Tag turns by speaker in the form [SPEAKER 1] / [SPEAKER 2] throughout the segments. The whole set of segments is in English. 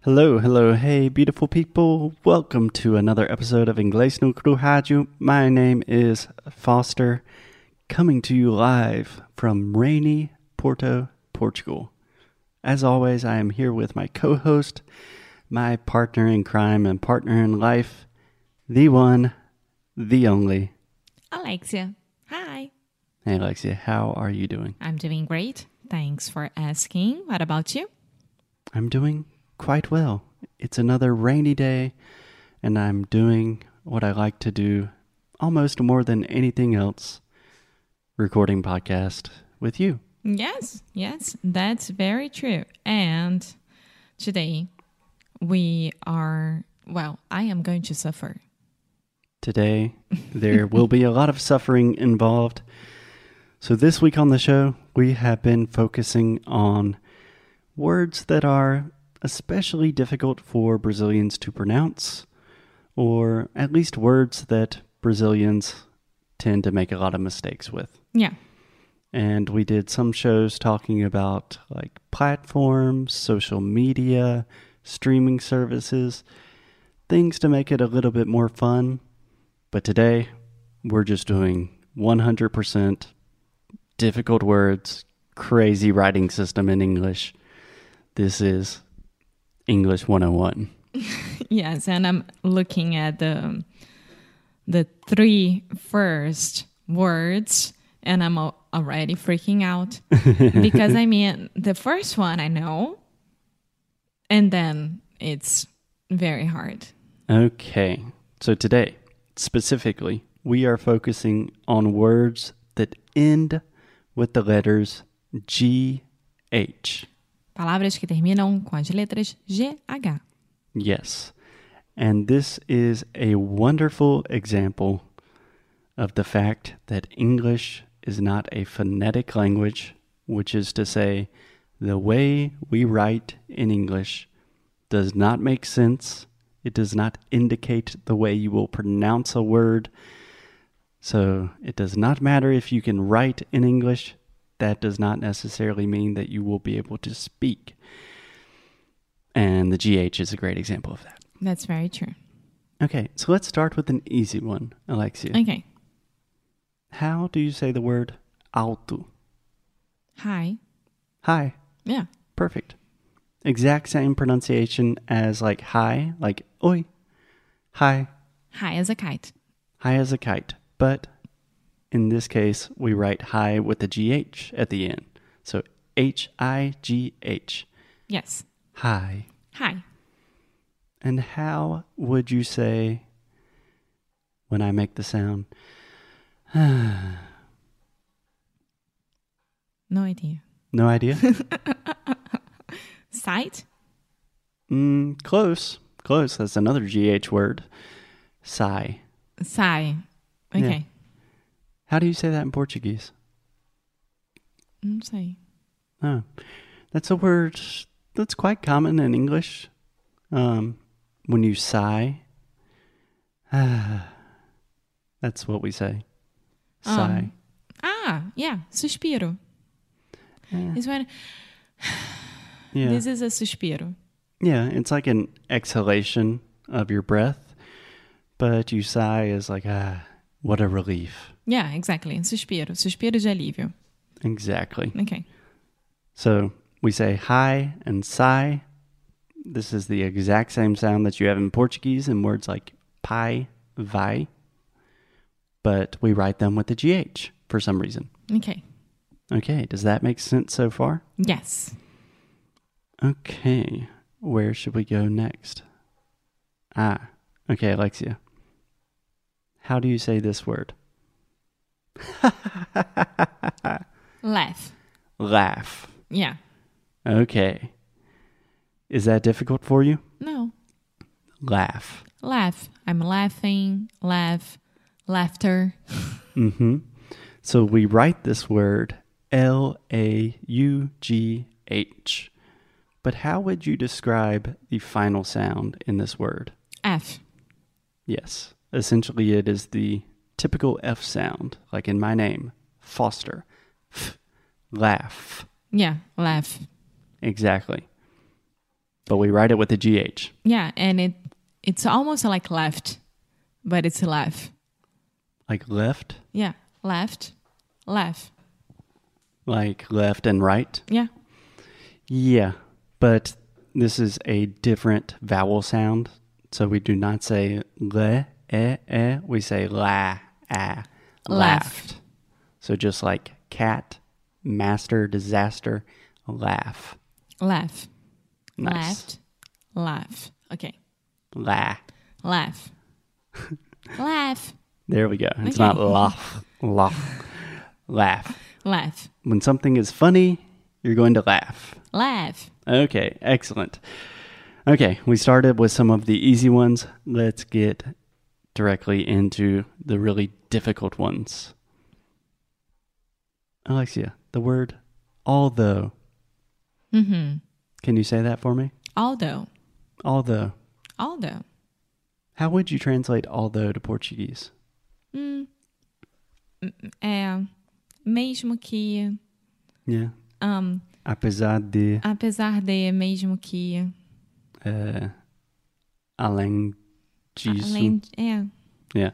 [SPEAKER 1] Hello, hello, hey, beautiful people. Welcome to another episode of Inglês no Rádio. My name is Foster, coming to you live from rainy Porto, Portugal. As always, I am here with my co host, my partner in crime and partner in life, the one, the only.
[SPEAKER 2] Alexia. Hi.
[SPEAKER 1] Hey, Alexia, how are you doing?
[SPEAKER 2] I'm doing great. Thanks for asking. What about you?
[SPEAKER 1] I'm doing quite well. It's another rainy day, and I'm doing what I like to do almost more than anything else recording podcast with you.
[SPEAKER 2] Yes, yes, that's very true. And today we are, well, I am going to suffer.
[SPEAKER 1] Today, there will be a lot of suffering involved. So, this week on the show, we have been focusing on words that are especially difficult for Brazilians to pronounce, or at least words that Brazilians tend to make a lot of mistakes with.
[SPEAKER 2] Yeah.
[SPEAKER 1] And we did some shows talking about like platforms, social media, streaming services, things to make it a little bit more fun. But today, we're just doing 100% difficult words, crazy writing system in English. This is English 101.
[SPEAKER 2] Yes, and I'm looking at the the three first words and I'm al- already freaking out because I mean, the first one I know and then it's very hard.
[SPEAKER 1] Okay. So today, specifically, we are focusing on words that end with the letters GH.
[SPEAKER 2] Palavras que terminam com as letras GH.
[SPEAKER 1] Yes. And this is a wonderful example of the fact that English is not a phonetic language, which is to say, the way we write in English does not make sense. It does not indicate the way you will pronounce a word. So it does not matter if you can write in English. That does not necessarily mean that you will be able to speak. And the GH is a great example of that.
[SPEAKER 2] That's very true.
[SPEAKER 1] Okay, so let's start with an easy one, Alexia.
[SPEAKER 2] Okay.
[SPEAKER 1] How do you say the word alto?
[SPEAKER 2] Hi.
[SPEAKER 1] Hi.
[SPEAKER 2] Yeah.
[SPEAKER 1] Perfect. Exact same pronunciation as like hi, like oi. Hi.
[SPEAKER 2] Hi as a kite.
[SPEAKER 1] High as a kite. But in this case, we write high with the GH at the end. So H I G H.
[SPEAKER 2] Yes.
[SPEAKER 1] High.
[SPEAKER 2] Hi.
[SPEAKER 1] And how would you say when I make the sound?
[SPEAKER 2] No idea.
[SPEAKER 1] No idea?
[SPEAKER 2] Sight?
[SPEAKER 1] mm, close. Close. That's another GH word. Sigh.
[SPEAKER 2] Sai.
[SPEAKER 1] Yeah.
[SPEAKER 2] Okay.
[SPEAKER 1] How do you say that in Portuguese?
[SPEAKER 2] Não sei.
[SPEAKER 1] Oh, that's a word that's quite common in English. Um, when you sigh, that's what we say. Sigh.
[SPEAKER 2] Um, Ah, yeah. Suspiro.
[SPEAKER 1] Yeah.
[SPEAKER 2] Is when
[SPEAKER 1] yeah.
[SPEAKER 2] this is a suspiro.
[SPEAKER 1] yeah, it's like an exhalation of your breath, but you sigh is like, ah, what a relief.
[SPEAKER 2] Yeah, exactly. Suspiro. Suspiro de alívio.
[SPEAKER 1] Exactly.
[SPEAKER 2] Okay.
[SPEAKER 1] So we say hi and sigh. This is the exact same sound that you have in Portuguese in words like pai, vai, but we write them with the GH for some reason.
[SPEAKER 2] Okay.
[SPEAKER 1] Okay, does that make sense so far?
[SPEAKER 2] Yes.
[SPEAKER 1] Okay, where should we go next? Ah, okay, Alexia. How do you say this word?
[SPEAKER 2] Laugh.
[SPEAKER 1] Laugh.
[SPEAKER 2] Yeah.
[SPEAKER 1] Okay. Is that difficult for you?
[SPEAKER 2] No.
[SPEAKER 1] Laugh.
[SPEAKER 2] Laugh. I'm laughing. Laugh. Laughter.
[SPEAKER 1] hmm So we write this word L A U G H. But how would you describe the final sound in this word?
[SPEAKER 2] F.
[SPEAKER 1] Yes. Essentially, it is the typical F sound, like in my name, Foster. F, laugh.
[SPEAKER 2] Yeah. Laugh.
[SPEAKER 1] Exactly. but we write it with a GH.
[SPEAKER 2] Yeah, and it it's almost like left, but it's left.
[SPEAKER 1] Like left,
[SPEAKER 2] Yeah, left, left.
[SPEAKER 1] like left and right.
[SPEAKER 2] Yeah,
[SPEAKER 1] Yeah, but this is a different vowel sound. So we do not say le, eh, eh. We say la, ah,
[SPEAKER 2] Laughed.
[SPEAKER 1] So just like cat, master, disaster, laugh.
[SPEAKER 2] left,
[SPEAKER 1] Nice.
[SPEAKER 2] left, left. Okay,
[SPEAKER 1] La.
[SPEAKER 2] left, left,
[SPEAKER 1] There we go. It's
[SPEAKER 2] Okay.
[SPEAKER 1] not laugh, laugh, laugh.
[SPEAKER 2] left,
[SPEAKER 1] When something is funny, you're going to laugh.
[SPEAKER 2] left.
[SPEAKER 1] Okay, excellent. Okay, we started with some of the easy ones. Let's get directly into the really difficult ones. Alexia, the word although.
[SPEAKER 2] Mm-hmm.
[SPEAKER 1] Can you say that for me?
[SPEAKER 2] Although,
[SPEAKER 1] Although.
[SPEAKER 2] although.
[SPEAKER 1] How would you translate although to Portuguese?
[SPEAKER 2] Hum. mm, É, mesmo que,
[SPEAKER 1] Yeah.
[SPEAKER 2] hum,
[SPEAKER 1] Apesar de,
[SPEAKER 2] apesar de, mesmo que,
[SPEAKER 1] uh, além disso.
[SPEAKER 2] além, é.
[SPEAKER 1] Yeah.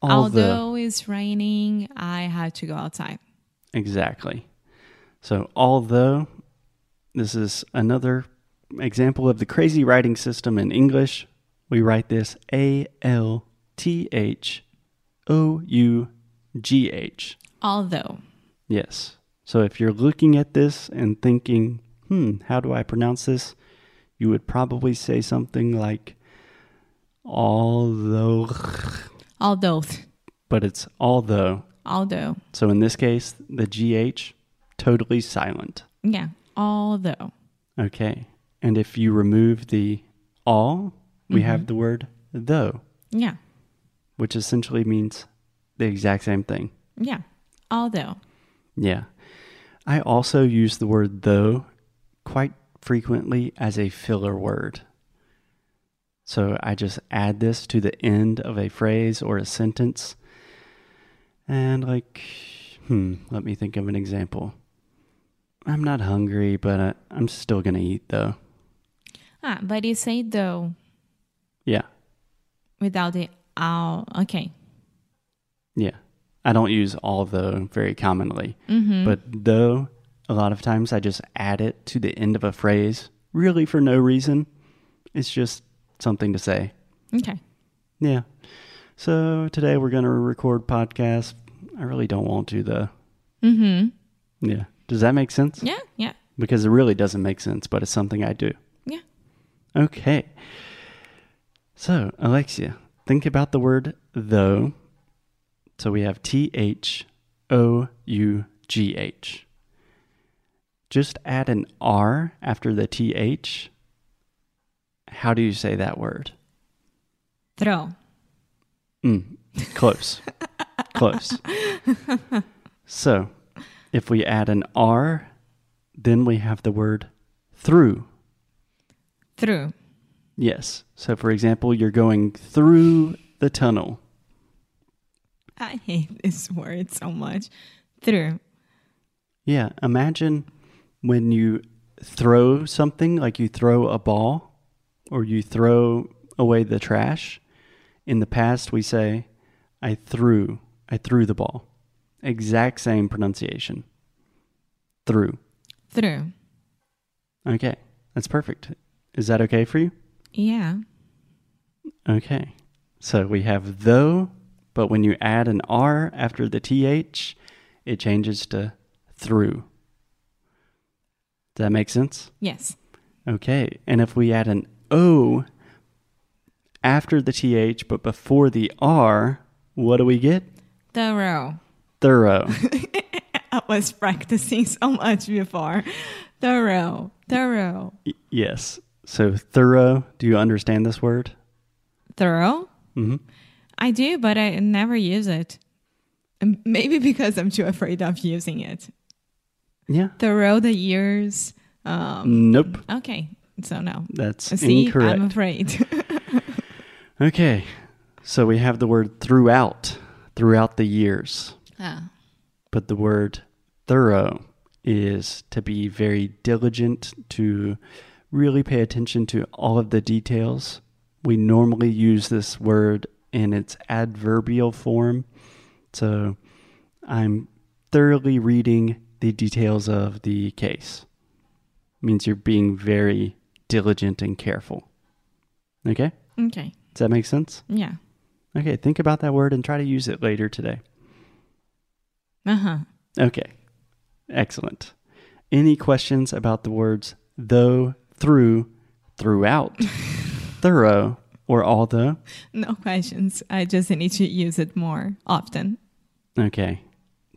[SPEAKER 2] Although it's raining, I had to go outside.
[SPEAKER 1] Exactly. So, although this is another example of the crazy writing system in English, we write this A L T H O U G H.
[SPEAKER 2] Although,
[SPEAKER 1] Yes. So, if you're looking at this and thinking, hmm, how do I pronounce this? You would probably say something like, although,
[SPEAKER 2] although,
[SPEAKER 1] but it's although.
[SPEAKER 2] although,
[SPEAKER 1] So, in this case, the GH, totally silent.
[SPEAKER 2] yeah, although,
[SPEAKER 1] Okay. And if you remove the all, we have the word though,
[SPEAKER 2] yeah,
[SPEAKER 1] which essentially means the exact same thing.
[SPEAKER 2] yeah, although,
[SPEAKER 1] Yeah. I also use the word though quite frequently as a filler word. So I just add this to the end of a phrase or a sentence. And like, hmm, let me think of an example. I'm not hungry, but I, I'm still going to eat though.
[SPEAKER 2] ah, but you say though
[SPEAKER 1] Yeah.
[SPEAKER 2] without the all. Okay,
[SPEAKER 1] Yeah. I don't use although very commonly,
[SPEAKER 2] mm-hmm.
[SPEAKER 1] but though a lot of times I just add it to the end of a phrase, really for no reason. It's just something to say.
[SPEAKER 2] okay,
[SPEAKER 1] Yeah. So today we're going to record podcast. I really don't want to though.
[SPEAKER 2] mm-hmm.
[SPEAKER 1] Yeah. Does that make sense?
[SPEAKER 2] yeah, yeah,
[SPEAKER 1] Because it really doesn't make sense, but it's something I do.
[SPEAKER 2] yeah.
[SPEAKER 1] Okay. So, Alexia, think about the word though. So we have T H O U G H. Just add an R after the T H. How do you say that word?
[SPEAKER 2] Throw,
[SPEAKER 1] Mm, close. close. So, if we add an R, then we have the word through.
[SPEAKER 2] through,
[SPEAKER 1] Yes. So, for example, you're going through the tunnel.
[SPEAKER 2] I hate this word so much. Through,
[SPEAKER 1] Yeah. Imagine when you throw something, like you throw a ball or you throw away the trash. In the past, we say, I threw, I threw the ball. Exact same pronunciation. Through.
[SPEAKER 2] through,
[SPEAKER 1] Okay. That's perfect. Is that okay for you?
[SPEAKER 2] yeah,
[SPEAKER 1] Okay. So we have though, but when you add an R after the TH, it changes to through. Does that make sense?
[SPEAKER 2] yes,
[SPEAKER 1] Okay. And if we add an O after the TH, but before the R, what do we get?
[SPEAKER 2] thorough.
[SPEAKER 1] Thorough.
[SPEAKER 2] I was practicing so much before. Thorough, thorough,
[SPEAKER 1] Y- yes. So thorough. Do you understand this word?
[SPEAKER 2] thorough.
[SPEAKER 1] hmm
[SPEAKER 2] I do, but I never use it. M- Maybe because I'm too afraid of using it.
[SPEAKER 1] Yeah.
[SPEAKER 2] Thorough the years. Um,
[SPEAKER 1] Nope.
[SPEAKER 2] okay, so no.
[SPEAKER 1] That's
[SPEAKER 2] See,
[SPEAKER 1] incorrect.
[SPEAKER 2] I'm afraid.
[SPEAKER 1] Okay. So we have the word throughout, throughout the years.
[SPEAKER 2] Ah,
[SPEAKER 1] But the word thorough is to be very diligent, to really pay attention to all of the details. We normally use this word in its adverbial form. So I'm thoroughly reading the details of the case. means you're being very diligent and careful. Okay?
[SPEAKER 2] Okay.
[SPEAKER 1] Does that make sense?
[SPEAKER 2] Yeah.
[SPEAKER 1] Okay, think about that word and try to use it later today.
[SPEAKER 2] Uh huh.
[SPEAKER 1] Okay. Excellent. Any questions about the words though, through, throughout, thorough, or although?
[SPEAKER 2] No questions. I just need to use it more often.
[SPEAKER 1] Okay.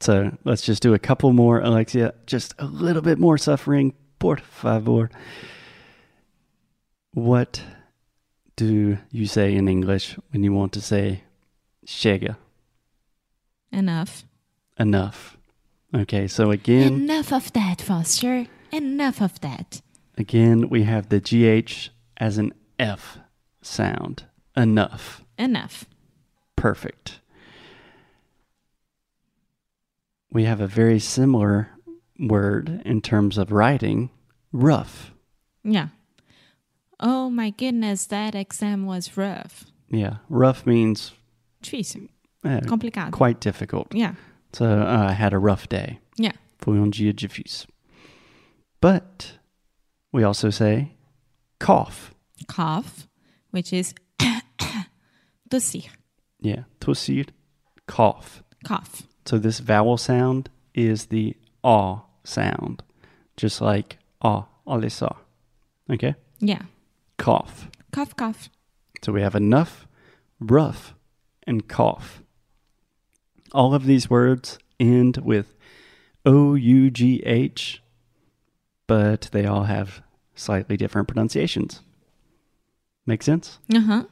[SPEAKER 1] So let's just do a couple more, Alexia. Just a little bit more suffering. Por favor. What do you say in English when you want to say chega?
[SPEAKER 2] Enough.
[SPEAKER 1] Enough. Okay, so again.
[SPEAKER 2] Enough of that, Foster. Enough of that.
[SPEAKER 1] Again, we have the GH as an F sound. Enough.
[SPEAKER 2] Enough.
[SPEAKER 1] Perfect. We have a very similar word in terms of writing rough.
[SPEAKER 2] Yeah. Oh my goodness, that exam was rough.
[SPEAKER 1] Yeah, rough means
[SPEAKER 2] Difícil.
[SPEAKER 1] eh,
[SPEAKER 2] Complicado.
[SPEAKER 1] quite difficult.
[SPEAKER 2] Yeah.
[SPEAKER 1] So uh, I had a rough day.
[SPEAKER 2] Yeah.
[SPEAKER 1] Foi um dia difícil. But we also say cough.
[SPEAKER 2] Cough, which is tossir.
[SPEAKER 1] Yeah, tossir, cough.
[SPEAKER 2] Cough.
[SPEAKER 1] So this vowel sound is the ah sound, just like ah, alisa. Okay?
[SPEAKER 2] Yeah.
[SPEAKER 1] Cough.
[SPEAKER 2] Cough, cough.
[SPEAKER 1] So we have enough, rough, and cough. All of these words end with O U G H, but they all have slightly different pronunciations. Make sense?
[SPEAKER 2] Uh huh.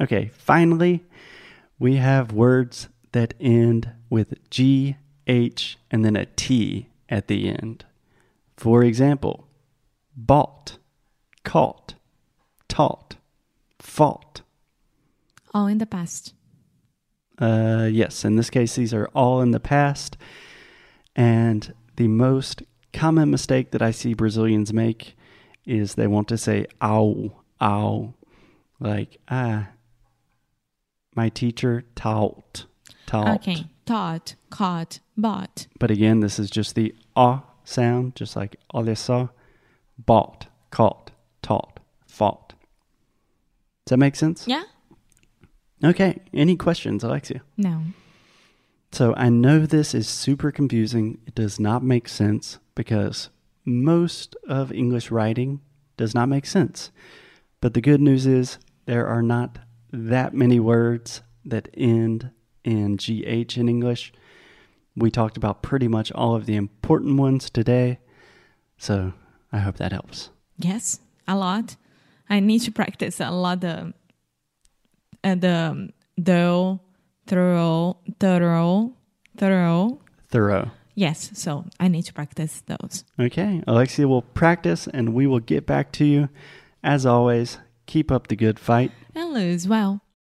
[SPEAKER 1] Okay, finally, we have words that end with G, H, and then a T at the end. For example, bought, caught, taught, fought.
[SPEAKER 2] All in the past.
[SPEAKER 1] Uh, yes, in this case, these are all in the past. And the most common mistake that I see Brazilians make is they want to say ow, ow. Like, ah, my teacher taught, taught.
[SPEAKER 2] Okay. Taught, caught, bought.
[SPEAKER 1] But again, this is just the ah sound, just like olha só, bought, caught, taught, fought. Does that make sense?
[SPEAKER 2] Yeah?
[SPEAKER 1] Okay. Any questions, Alexia?
[SPEAKER 2] No.
[SPEAKER 1] So I know this is super confusing. It does not make sense because most of English writing does not make sense. But the good news is there are not that many words that end in GH in English. We talked about pretty much all of the important ones today. So I hope that helps.
[SPEAKER 2] Yes, a lot. I need to practice a lot the uh, the though, thorough, thorough, thorough.
[SPEAKER 1] Thorough.
[SPEAKER 2] Yes, so I need to practice those.
[SPEAKER 1] Okay, Alexia will practice and we will get back to you. As always, keep up the good fight.
[SPEAKER 2] And lose well.